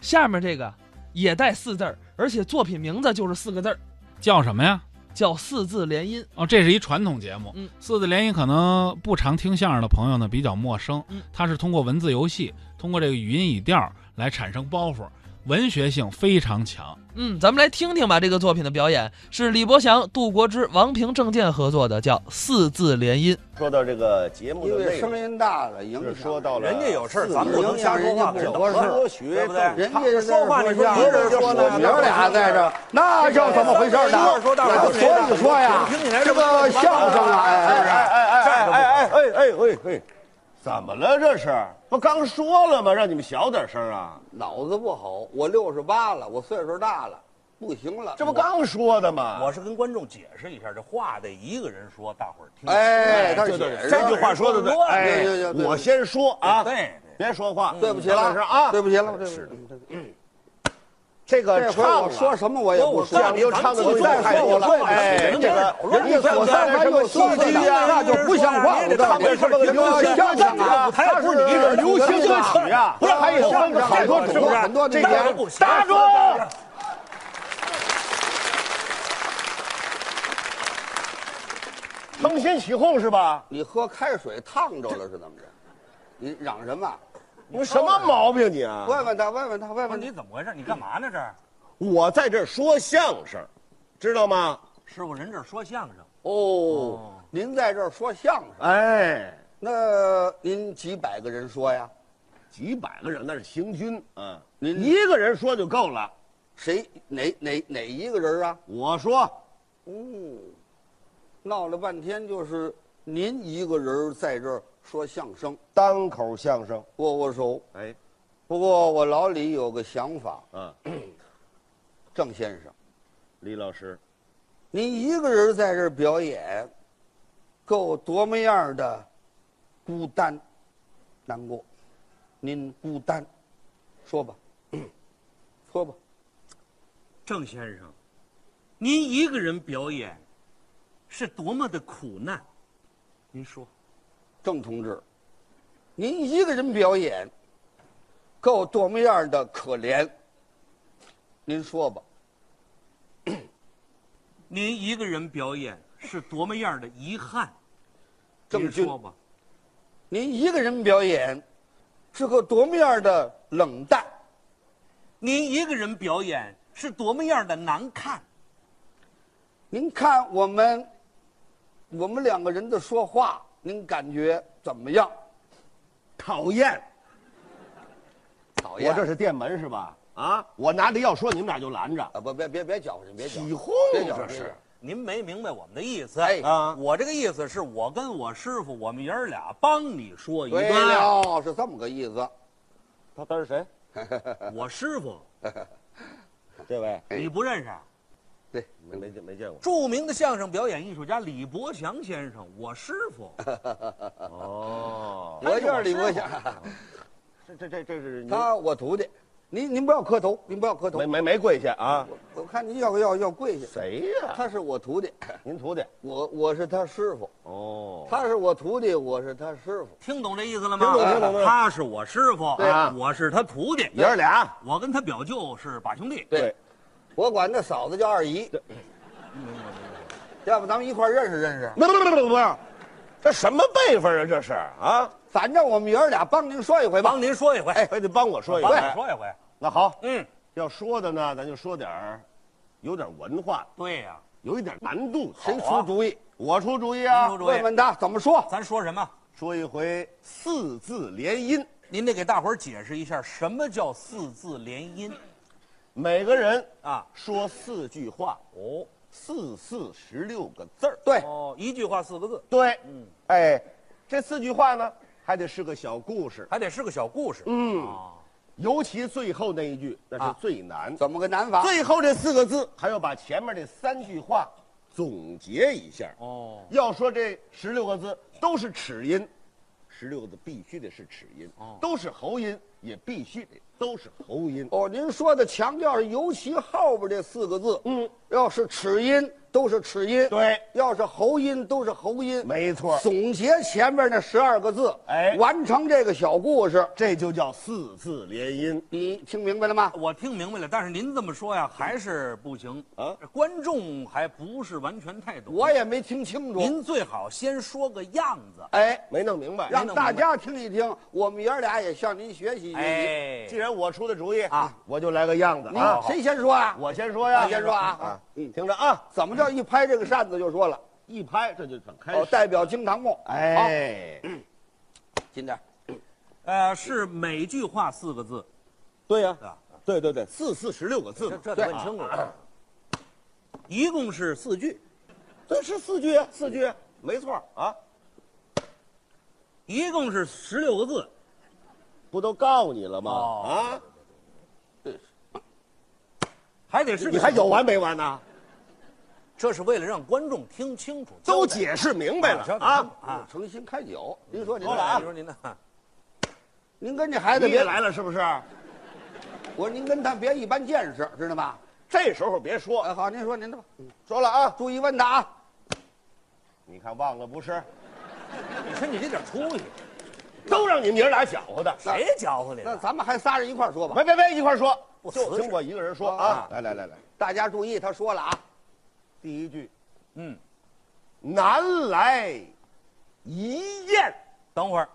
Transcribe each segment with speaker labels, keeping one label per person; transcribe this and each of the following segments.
Speaker 1: 下面这个也带四字儿，而且作品名字就是四个字儿，
Speaker 2: 叫什么呀？
Speaker 1: 叫四字联姻。
Speaker 2: 哦，这是一传统节目。
Speaker 1: 嗯
Speaker 2: 四字联姻可能不常听相声的朋友呢比较陌生。
Speaker 1: 嗯
Speaker 2: 它是通过文字游戏，通过这个语音语调来产生包袱，文学性非常强。
Speaker 1: 嗯，咱们来听听吧。这个作品的表演是李伯祥、杜国之、王平、郑健合作的，叫《四字联姻》。
Speaker 3: 说到这个节目
Speaker 4: 因
Speaker 3: 的
Speaker 4: 为
Speaker 3: 内容
Speaker 4: 声，音大了，影响
Speaker 3: 是说到了
Speaker 5: 人家有事儿咱
Speaker 4: 们
Speaker 5: 不能瞎说话，
Speaker 4: 不
Speaker 5: 只能
Speaker 4: 合
Speaker 5: 科
Speaker 4: 适，
Speaker 5: 学，
Speaker 4: 人
Speaker 5: 对不
Speaker 4: 家
Speaker 5: 对？
Speaker 4: 是
Speaker 5: 说话你说一人说呢，
Speaker 4: 娘俩在这儿，那叫怎么回事呢？所以说呀，这个相声啊，
Speaker 3: 哎哎哎
Speaker 4: 哎，
Speaker 3: 哎哎哎，
Speaker 5: 哎哎哎哎哎，
Speaker 3: 怎么了这是？不刚说了吗？让你们小点声啊！
Speaker 4: 脑子不好，我六十八了，我岁数大了，不行了，
Speaker 3: 这不刚说的吗？
Speaker 5: 我是跟观众解释一下，这话得一个人说，大伙儿听。
Speaker 4: 哎，他
Speaker 5: 对对
Speaker 4: 解
Speaker 5: 对
Speaker 4: 释
Speaker 5: 这句话说的对，
Speaker 4: 对
Speaker 3: 哎
Speaker 4: 对对，对
Speaker 3: 我先说啊，
Speaker 5: 对对
Speaker 3: 别说话，
Speaker 4: 对不起
Speaker 3: 小点
Speaker 4: 了
Speaker 3: 声啊！
Speaker 4: 对不起了，对不起
Speaker 3: 是的，这个
Speaker 4: 这回我
Speaker 3: 唱
Speaker 4: 说
Speaker 3: 啊，
Speaker 4: 什么我也不说
Speaker 3: 像你又唱的东西
Speaker 4: 再
Speaker 3: 太
Speaker 4: 说
Speaker 3: 多
Speaker 4: 我
Speaker 3: 了，
Speaker 4: 问
Speaker 3: 哎，
Speaker 4: 你
Speaker 3: 人家个
Speaker 4: 人家左三他又戏剧
Speaker 5: 啊
Speaker 4: 呀，啊那就不像话。我告诉你，相声啊，他是你是流行歌曲啊，
Speaker 3: 不是还有分个好多
Speaker 4: 很
Speaker 3: 种
Speaker 4: 多啊很多这些
Speaker 3: 打住！承先启后是吧？
Speaker 4: 你喝开水烫着了是怎么着？你嚷什么？
Speaker 3: 你什么毛病你啊？
Speaker 4: 问问他，问问他，问
Speaker 5: 不是
Speaker 4: 问
Speaker 5: 你
Speaker 4: 你。
Speaker 5: 怎么回事？你干嘛呢？这儿
Speaker 3: 我在这儿说相声，知道吗？
Speaker 5: 师傅，人这儿说相声，
Speaker 4: 哦，您在这儿说相声，
Speaker 3: 哎，
Speaker 4: 那您几百个人说呀？
Speaker 3: 几百个人那是行军，嗯，
Speaker 4: 您
Speaker 3: 一个人说就够了。
Speaker 4: 谁哪哪哪一个人啊？
Speaker 3: 我说
Speaker 4: 哦，闹了半天就是您一个人在这儿说相声，
Speaker 3: 单口相声，
Speaker 4: 握握手。
Speaker 3: 哎，
Speaker 4: 不过我老李有个想法，
Speaker 3: 嗯，
Speaker 4: 郑先生，
Speaker 3: 李老师，
Speaker 4: 您一个人在这儿表演，够多么样的孤单、难过。您孤单，说吧， 说吧，
Speaker 5: 郑先生，您一个人表演，是多么的苦难。您说，
Speaker 4: 郑同志，您一个人表演，够多么样的可怜。您说吧，
Speaker 5: 您一个人表演是多么样的遗 憾。
Speaker 4: 郑
Speaker 5: 您
Speaker 4: 钧
Speaker 5: 说吧，
Speaker 4: 您一个人表演，是个多么样的冷淡。
Speaker 5: 您一个人表演是多么样的难看。
Speaker 4: 您看我们，我们两个人的说话，您感觉怎么样？
Speaker 3: 讨厌，
Speaker 4: 讨
Speaker 3: 我这是电门是吧？啊，我拿着要说，你们俩就拦着，
Speaker 4: 啊，不别别别搅和，别搅
Speaker 3: 起
Speaker 4: 和，
Speaker 3: 哄
Speaker 4: 别搅和
Speaker 3: 这是。
Speaker 5: 您没明白我们的意思，
Speaker 4: 哎
Speaker 5: 啊，我这个意思是我跟我师傅，我们爷儿俩帮你说一
Speaker 4: 对
Speaker 5: 段。
Speaker 4: 了，是这么个意思。
Speaker 3: 他他是谁？
Speaker 5: 我师傅
Speaker 3: 这位
Speaker 5: 你不认识啊，
Speaker 4: 对，
Speaker 3: 没没见没见过。
Speaker 5: 著名的相声表演艺术家李伯祥先生，我师傅。
Speaker 3: 啊哦，
Speaker 4: 我就是李国祥，
Speaker 3: 这这这这是您
Speaker 4: 他我徒弟。您您不要磕头，您不要磕头
Speaker 3: 没。没没跪下啊？
Speaker 4: 我看您要要要跪下。
Speaker 3: 谁呀？
Speaker 4: 他是我徒弟，
Speaker 3: 您徒弟？
Speaker 4: 我我是他师傅，
Speaker 3: 哦，
Speaker 4: 他是我徒弟，我是他师傅。
Speaker 5: 听懂这意思了吗？哎
Speaker 3: 听懂听懂
Speaker 5: 他是我师傅，
Speaker 3: 对啊
Speaker 5: 我是他徒弟，
Speaker 3: 爷儿俩
Speaker 5: 我跟他表舅是把兄弟。
Speaker 4: 对，我管那嫂子叫二姨。要不咱们一块儿认识认识？
Speaker 3: 不不不不不，这什么辈分啊？这是啊？
Speaker 4: 反正我们爷儿俩帮您说一回吧。
Speaker 5: 帮您说一回，
Speaker 3: 非得帮我哎说一
Speaker 5: 帮
Speaker 3: 回。哎
Speaker 5: 你说一回。
Speaker 3: 那好，
Speaker 5: 嗯，
Speaker 3: 要说的呢，咱就说点儿，有点文化，
Speaker 5: 对呀，
Speaker 3: 有一点难度。
Speaker 4: 谁
Speaker 3: 好
Speaker 4: 出
Speaker 3: 啊？
Speaker 4: 主意？
Speaker 3: 我出主意啊
Speaker 5: 您出！主意
Speaker 4: 问问他怎么说。
Speaker 5: 咱说什么？
Speaker 3: 说一回四字联姻，
Speaker 5: 您得给大伙儿解释一下什么叫四字联姻
Speaker 3: 每个人
Speaker 5: 啊？
Speaker 3: 说四句话，
Speaker 5: 哦
Speaker 3: 四四十六个字儿。
Speaker 4: 对，
Speaker 5: 哦，一句话四个字，
Speaker 3: 对，嗯，哎，这四句话呢，还得是个小故事，
Speaker 5: 还得是个小故事。
Speaker 3: 嗯，
Speaker 5: 啊，
Speaker 3: 尤其最后那一句，那是
Speaker 4: 啊
Speaker 3: 最难。
Speaker 4: 怎么个难法？
Speaker 3: 最后这四个字，还要把前面这三句话总结一下。
Speaker 5: 哦
Speaker 3: 要说这十六个字都是齿音，十六个字必须得是齿音，
Speaker 5: 哦
Speaker 3: 都是喉音也必须得都是
Speaker 4: 哦
Speaker 3: 喉音。
Speaker 4: 哦，您说的强调是尤其后边这四个字，
Speaker 3: 嗯，
Speaker 4: 要是齿音，都是齿音，
Speaker 3: 对
Speaker 4: 要是喉音都是喉音，
Speaker 3: 没错
Speaker 4: 总结前面那十二个字，
Speaker 3: 哎
Speaker 4: 完成这个小故事，
Speaker 3: 这就叫四字联音。
Speaker 4: 你听明白了吗？
Speaker 5: 我听明白了，但是您这么说呀，还是不行
Speaker 3: 啊！
Speaker 5: 观众还不是完全太懂。
Speaker 4: 我也没听清楚，
Speaker 5: 您最好先说个样子。
Speaker 4: 哎，
Speaker 3: 没弄明白，
Speaker 4: 让
Speaker 5: 弄明
Speaker 4: 大
Speaker 5: 白
Speaker 4: 家听一听，我们爷儿俩也向您学习学习。
Speaker 5: 哎
Speaker 3: 既，然我出的主意
Speaker 5: 啊，
Speaker 3: 我就来个样子
Speaker 4: 您
Speaker 3: 啊。
Speaker 4: 谁先说啊？
Speaker 3: 我先说呀，
Speaker 4: 你先说啊嗯
Speaker 3: 嗯，听着啊，
Speaker 4: 怎么叫一拍这个扇子就说了？
Speaker 3: 一拍这就算开
Speaker 4: 哦，
Speaker 3: 始。
Speaker 4: 代表惊堂木。好，
Speaker 3: 哎，
Speaker 4: 近点儿。
Speaker 5: 呃，是每句话四个字，
Speaker 3: 对呀
Speaker 5: 是吧，
Speaker 3: 对对对，啊四四十六个字嘛，
Speaker 5: 这得问清楚。一共是四句，
Speaker 3: 这是四句啊，四句啊，没错啊，
Speaker 5: 一共是十六个字。
Speaker 3: 不都告诉你了吗？
Speaker 5: 哦
Speaker 3: 啊，
Speaker 5: 还得是
Speaker 3: 你还有完没完呢？
Speaker 5: 这是为了让观众听清楚，
Speaker 3: 都
Speaker 5: 解
Speaker 3: 解释明白了啊！
Speaker 5: 啊！
Speaker 4: 诚心开酒，您说您
Speaker 3: 好了啊
Speaker 5: 您说您呢？
Speaker 4: 您跟这孩子
Speaker 3: 你
Speaker 4: 别
Speaker 3: 也来，了是不是？
Speaker 4: 我说您跟他别一般见识，知道吗？
Speaker 3: 这时候别说，
Speaker 4: 哎，好，您说您的吧，嗯
Speaker 3: 说了啊，
Speaker 4: 注意问他啊。
Speaker 3: 你看忘了不是？
Speaker 5: 你看你这点出息，
Speaker 3: 都让你们爷儿俩搅和的，
Speaker 5: 谁搅和你
Speaker 4: 那
Speaker 5: 了？
Speaker 4: 咱们还仨人一块儿说吧，
Speaker 3: 别别别，一块儿说，
Speaker 5: 不
Speaker 3: 就
Speaker 5: 瓷实
Speaker 3: 听我一个人说
Speaker 4: 啊
Speaker 3: 啊！来来来来，
Speaker 4: 大家注意，他说了啊，
Speaker 3: 第一句
Speaker 5: 嗯，
Speaker 3: 南来一雁，
Speaker 5: 等会儿，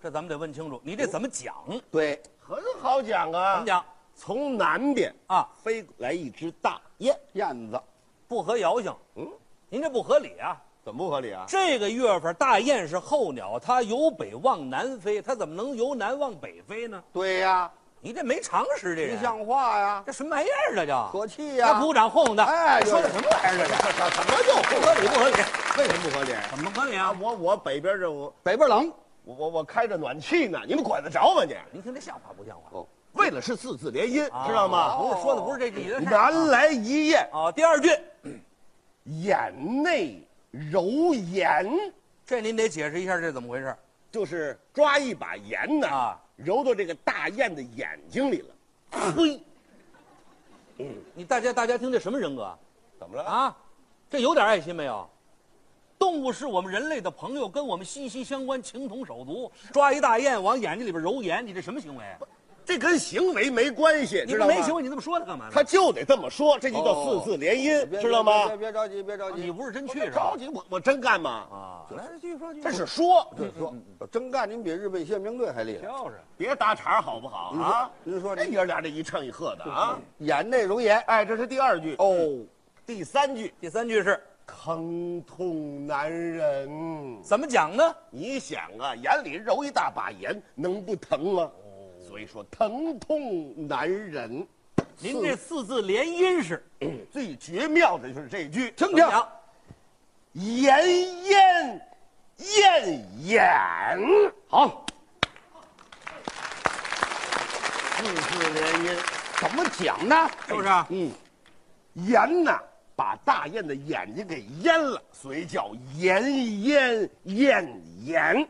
Speaker 5: 这咱们得问清楚，你这怎么讲？
Speaker 4: 对，
Speaker 3: 很好讲
Speaker 5: 怎
Speaker 3: 啊
Speaker 5: 么，讲
Speaker 3: 从南边
Speaker 5: 啊？
Speaker 3: 飞过来一只大雁，
Speaker 4: 燕子，
Speaker 5: 不合遥性，
Speaker 3: 嗯，
Speaker 5: 您这不合理啊！
Speaker 3: 怎么不合理啊？
Speaker 5: 这个月份大雁是候鸟，它由北往南飞，它怎么能由南往北飞呢？
Speaker 4: 对呀，
Speaker 5: 你这没常识，这
Speaker 3: 哎
Speaker 4: 不
Speaker 5: 人
Speaker 4: 像话呀，
Speaker 5: 这什么玩意儿？这叫
Speaker 4: 可气
Speaker 5: 他
Speaker 4: 呀，
Speaker 5: 鼓掌哄哄的，
Speaker 4: 啊哎
Speaker 5: 说的什么玩意儿？这叫
Speaker 3: 怎么就不合理？不合理？为什么不合理？
Speaker 5: 怎么合理
Speaker 3: 啊，
Speaker 5: 啊？
Speaker 3: 我我北边这我
Speaker 4: 北边冷，
Speaker 3: 我我我开着暖气呢，你们管得着吗你？
Speaker 5: 您听这像话不像话？
Speaker 3: 为了是四字联音，
Speaker 5: 啊
Speaker 3: 知道吗？
Speaker 5: 不是说的不是这你的事儿
Speaker 3: 哦南来一雁，
Speaker 5: 啊。第二句，
Speaker 3: 眼内揉盐，
Speaker 5: 这您得解释一下，这怎么回事
Speaker 3: 就是抓一把盐呢，
Speaker 5: 啊？
Speaker 3: 揉到这个大雁的眼睛里了。
Speaker 5: 呸！你大家大家听这什么人格啊
Speaker 3: 怎么了？
Speaker 5: 啊？这有点爱心没有？动物是我们人类的朋友，跟我们息息相关，情同手足。抓一大雁往眼睛里边揉眼，你这什么行为？
Speaker 3: 这跟行为没关系，
Speaker 5: 你
Speaker 3: 哎知道吗
Speaker 5: 没？行为，你这么说他干嘛呢？
Speaker 3: 他就得这么说，这就叫
Speaker 4: 哦
Speaker 3: 四字联音，
Speaker 4: 别
Speaker 3: 知道吗？
Speaker 4: 别别别着急，别着
Speaker 5: 啊你
Speaker 4: 急，
Speaker 5: 不是真去
Speaker 3: 别
Speaker 5: 是吧
Speaker 3: 着？急，我我真干嘛？
Speaker 5: 啊，来继续说，继续
Speaker 3: 这是
Speaker 5: 说
Speaker 3: 说，
Speaker 4: 这说
Speaker 3: 嗯
Speaker 4: 呃真干，您比日本宪兵队还厉害。
Speaker 5: 就是
Speaker 3: 别搭茬好不好啊？
Speaker 4: 您说
Speaker 3: 这
Speaker 4: 您
Speaker 3: 爷俩这一唱一和的啊！
Speaker 4: 眼内容颜，
Speaker 3: 哎，这是第二句，
Speaker 4: 哦，
Speaker 3: 第三句
Speaker 5: 第三句是
Speaker 3: 疼痛难忍。
Speaker 5: 怎么讲呢？
Speaker 3: 你想啊，眼里揉一大把盐，能不疼吗？所以说疼痛难忍，
Speaker 5: 您这四字连音是
Speaker 3: 最绝妙的就是这句
Speaker 4: 听
Speaker 5: 怎么
Speaker 4: 听，
Speaker 5: 讲？
Speaker 3: 盐咽咽眼。好，四字连音，
Speaker 4: 怎么讲呢？
Speaker 5: 是不啊是？
Speaker 4: 嗯，
Speaker 3: 盐呐，把大雁的眼睛给淹了，所以叫盐淹咽眼。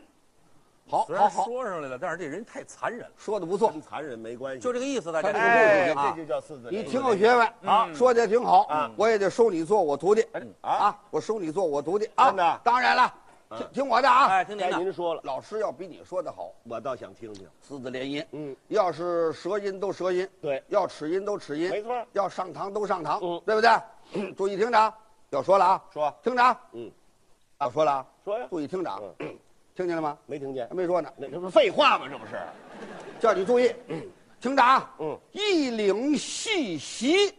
Speaker 4: 好，
Speaker 5: 虽
Speaker 4: 好，
Speaker 5: 然
Speaker 4: 好，
Speaker 5: 说上来了，但是这人太残忍了，
Speaker 3: 哎
Speaker 4: 说的不错，
Speaker 3: 跟残忍没关系，
Speaker 5: 就这个意思，大家
Speaker 4: 这
Speaker 5: 听清楚
Speaker 4: 哎
Speaker 5: 啊
Speaker 3: 这就叫四字
Speaker 4: 你
Speaker 3: 联音。
Speaker 4: 挺有学问啊，说的也挺好
Speaker 3: 啊
Speaker 4: 我也得收你做我徒弟
Speaker 3: 啊，
Speaker 4: 啊，我收你做我徒弟啊。
Speaker 3: 真的嗯
Speaker 4: 当然了，听听我的啊，
Speaker 5: 哎，听您
Speaker 3: 该
Speaker 5: 的，
Speaker 3: 您说了，
Speaker 4: 老师要比你说的好，
Speaker 3: 我倒想听听。
Speaker 4: 四字联音。
Speaker 3: 嗯，
Speaker 4: 要是舌音都舌音，
Speaker 3: 对
Speaker 4: 要齿音都齿音，
Speaker 3: 没错
Speaker 4: 要上堂都上堂，
Speaker 3: 嗯
Speaker 4: 对不对？ 注意听着，啊，要说了啊，
Speaker 3: 说
Speaker 4: 听着啊，
Speaker 3: 嗯，
Speaker 4: 要说了啊，
Speaker 3: 说呀，嗯
Speaker 4: 注意听着啊，听见了吗？
Speaker 3: 没听见
Speaker 4: 还？没说呢，
Speaker 3: 那这不是废话吗？这不是？
Speaker 4: 叫你注意，听着啊，
Speaker 3: 嗯，
Speaker 4: 一领细席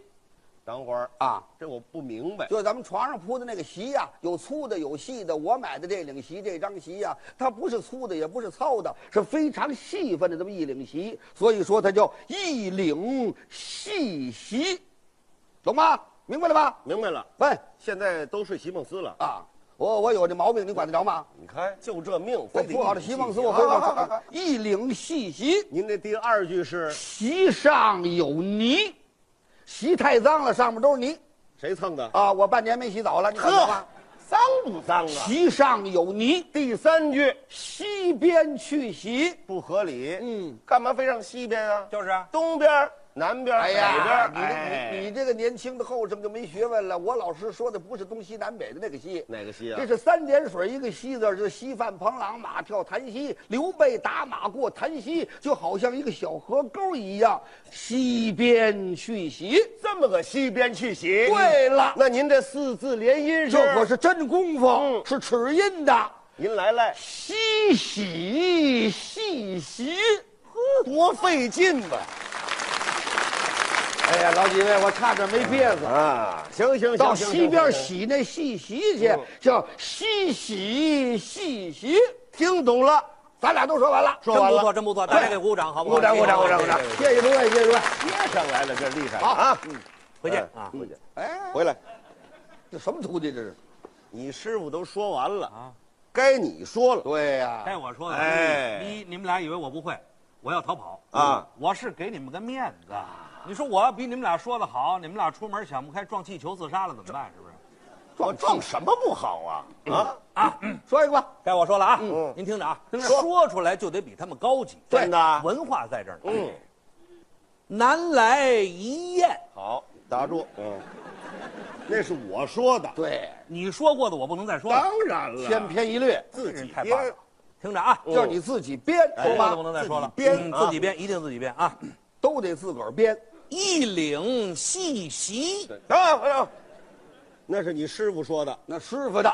Speaker 3: 等会儿，
Speaker 4: 啊，
Speaker 3: 这我不明白。
Speaker 4: 就咱们床上铺的那个席呀、有粗的有细的。我买的这领席，这张席呀、它不是粗的，也不是糙的，是非常细分的这么一领席，所以说它叫一领细席，懂吗？明白了吧？
Speaker 3: 明白了，
Speaker 4: 喂，
Speaker 3: 现在都睡席梦思了。
Speaker 4: 啊，我我有这毛病，你管得着吗？
Speaker 3: 你看，就这命，
Speaker 4: 我
Speaker 3: 非得
Speaker 4: 铺好了席梦思，我非
Speaker 3: 好
Speaker 4: 要
Speaker 3: 好好好
Speaker 4: 穿一领细席，
Speaker 3: 您那第二句是
Speaker 4: 席上有泥，席太脏了，上面都是泥
Speaker 3: 谁蹭的？
Speaker 4: 啊！我半年没洗澡了，你管得着吗？，
Speaker 3: 脏不脏啊？
Speaker 4: 席上有泥。
Speaker 3: 第三句
Speaker 4: 西边去席，
Speaker 3: 不合理，
Speaker 4: 嗯，
Speaker 3: 干嘛非让西边啊？
Speaker 5: 就是啊，
Speaker 3: 东边南边
Speaker 4: 哎
Speaker 3: 北
Speaker 4: 呀
Speaker 3: 边，，哎
Speaker 4: 你这你你这个年轻的后生就没学问了。我老师说的不是东西南北的那个西，
Speaker 3: 哪个西啊
Speaker 4: 这？是三点水一个西字儿，这稀饭庞狼马跳檀溪，刘备打马过檀溪，就好像一个小河沟一样，西边去兮。
Speaker 3: 这么个西边去洗。
Speaker 4: 对了
Speaker 3: 那您这四字联音是？
Speaker 4: 这可是真功夫，
Speaker 3: 嗯
Speaker 4: 是齿音的。
Speaker 3: 您来来，
Speaker 4: 西喜细席，
Speaker 3: 多费劲吧？
Speaker 4: 哎呀，老几位，我差点没憋死。
Speaker 3: 啊，行行行，
Speaker 4: 到
Speaker 3: 行
Speaker 4: 西边，
Speaker 3: 行行
Speaker 4: 洗那细席去
Speaker 3: 嗯，
Speaker 4: 叫西洗细席。
Speaker 3: 听懂了，
Speaker 4: 咱俩都说完了，哎
Speaker 3: 说
Speaker 5: 真
Speaker 3: 完
Speaker 5: 不
Speaker 3: 了
Speaker 5: 错，真不错，大家给鼓鼓掌好不哎好？
Speaker 3: 鼓掌鼓掌鼓掌鼓掌，
Speaker 4: 谢谢诸位，谢谢诸位。
Speaker 3: 接上来了，这厉害
Speaker 4: 好
Speaker 3: 啊！
Speaker 5: 回见啊！
Speaker 3: 回去，
Speaker 4: 哎，
Speaker 3: 回来，
Speaker 4: 这什么徒弟这是？
Speaker 3: 你师傅都说完了，
Speaker 5: 啊，
Speaker 3: 该你说了。
Speaker 4: 对呀、
Speaker 5: 该我说的，
Speaker 3: 哎
Speaker 5: 第一，你们俩以为我不会，我要逃跑
Speaker 3: 啊！
Speaker 5: 我是给你们个面子。你说我要比你们俩说的好，你们俩出门想不开撞气球自杀了怎么办？是不是？
Speaker 3: 我撞什么不好啊？啊，
Speaker 4: 说一个吧。
Speaker 5: 该我说了啊！
Speaker 3: 嗯
Speaker 5: 您听着啊，说出来就得比他们高级，
Speaker 3: 真的啊
Speaker 5: 文化在这儿呢。
Speaker 3: 嗯，
Speaker 5: 南来一雁，
Speaker 3: 好，打住，嗯，那是我说的，
Speaker 4: 对，
Speaker 5: 你说过的我不能再说了，
Speaker 3: 当然了，
Speaker 4: 千篇一律，
Speaker 3: 自
Speaker 5: 真
Speaker 3: 己
Speaker 5: 是太棒
Speaker 3: 编
Speaker 5: 了。听着啊，
Speaker 4: 就是你自己编，
Speaker 5: 说
Speaker 3: 哎
Speaker 4: 好吧？
Speaker 5: 过的不能再说了，
Speaker 3: 自己编
Speaker 5: 嗯
Speaker 3: 啊
Speaker 5: 自己编，一定自己编啊！
Speaker 4: 都得自个儿编。
Speaker 5: 一领细席，
Speaker 3: 啊啊，那是你师傅说的，
Speaker 4: 那师傅的，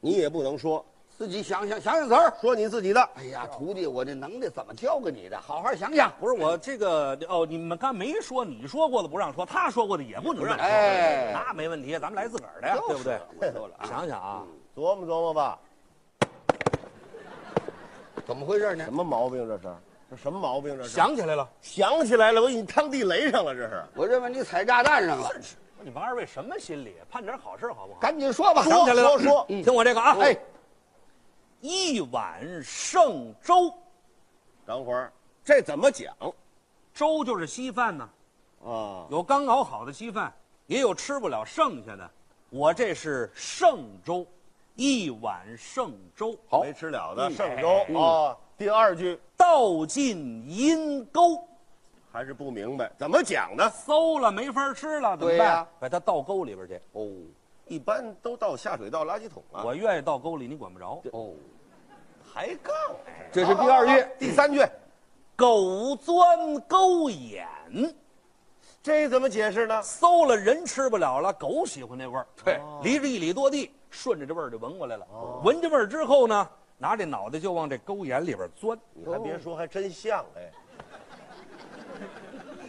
Speaker 3: 你也不能说，
Speaker 4: 自己想想想想词儿。
Speaker 3: 说你自己的。
Speaker 4: 哎呀，徒弟，我这能耐怎么教给你的？好好想想。
Speaker 5: 不是我这个哦，你们刚没说，你说过的不让说，他说过的也不能让说，
Speaker 4: 哎
Speaker 5: 那没问题，咱们来自个儿的呀，对不对？
Speaker 4: 我 说了啊，
Speaker 5: 想想啊，
Speaker 3: 琢磨琢磨吧，
Speaker 4: 怎么回事呢
Speaker 3: 什？么毛病这是？这什么毛病这是？
Speaker 5: 想起来了，
Speaker 3: 想起来了，我给你趟地雷上了，这是。
Speaker 4: 我认为你踩炸弹上了，
Speaker 5: 你们二位什么心理？啊盼点好事好不好？
Speaker 4: 赶紧说吧。
Speaker 5: 想起来了，
Speaker 3: 说说
Speaker 5: 嗯听我这个啊，
Speaker 4: 哎，
Speaker 5: 一碗盛粥，
Speaker 3: 等会儿这怎么讲
Speaker 5: 粥就是稀饭呢，
Speaker 3: 啊？
Speaker 5: 有刚熬好的稀饭，也有吃不了剩下的，我这是剩粥，一碗剩粥。哎
Speaker 4: 好
Speaker 3: 没吃了的上周啊，第二句
Speaker 5: 倒进阴沟，
Speaker 3: 还是不明白怎么讲呢？
Speaker 5: 馊了没法吃了，怎么
Speaker 4: 对
Speaker 5: 办？
Speaker 4: 呀
Speaker 5: 把它倒沟里边去。
Speaker 3: 哦，一般都到下水道垃圾桶啊。
Speaker 5: 我愿意倒沟里，你管不着。
Speaker 4: 哦，
Speaker 3: 抬杠，
Speaker 4: 这是第二句
Speaker 3: 好，，啊第三句
Speaker 5: 狗钻沟眼，
Speaker 3: 这怎么解释呢？
Speaker 5: 馊了人吃不了了，狗喜欢那味儿。哎
Speaker 4: 对哦
Speaker 5: 离着一里多地，顺着这味儿就闻过来了。闻着味儿之后呢，拿这脑袋就往这沟眼里边钻。
Speaker 3: 你还别说，还真像哎，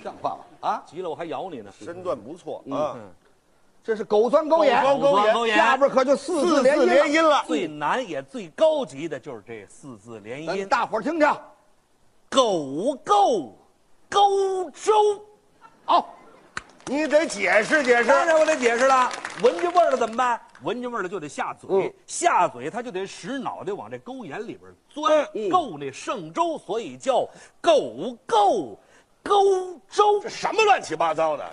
Speaker 4: 像话吗？啊，
Speaker 5: 急了我还咬你呢。
Speaker 3: 身段不错啊。
Speaker 4: 这是狗钻狗眼，
Speaker 3: 狗钻
Speaker 5: 狗眼
Speaker 4: 下边可就四
Speaker 3: 四
Speaker 4: 字
Speaker 3: 字
Speaker 4: 连
Speaker 3: 连
Speaker 4: 音
Speaker 3: 音了，
Speaker 5: 最难也最高级的就是这四字连
Speaker 4: 了。
Speaker 5: 音
Speaker 4: 咱：大伙儿听听，
Speaker 5: 狗够沟粥。
Speaker 4: 哦，
Speaker 3: 你得解释解释。
Speaker 5: 当然我得解释了，闻着味儿了怎么办？闻着味儿了就得下嘴，下嘴它就得使脑袋往这沟眼里边钻，够那剩粥，所以叫狗够沟粥。
Speaker 3: 这什么乱七八糟的？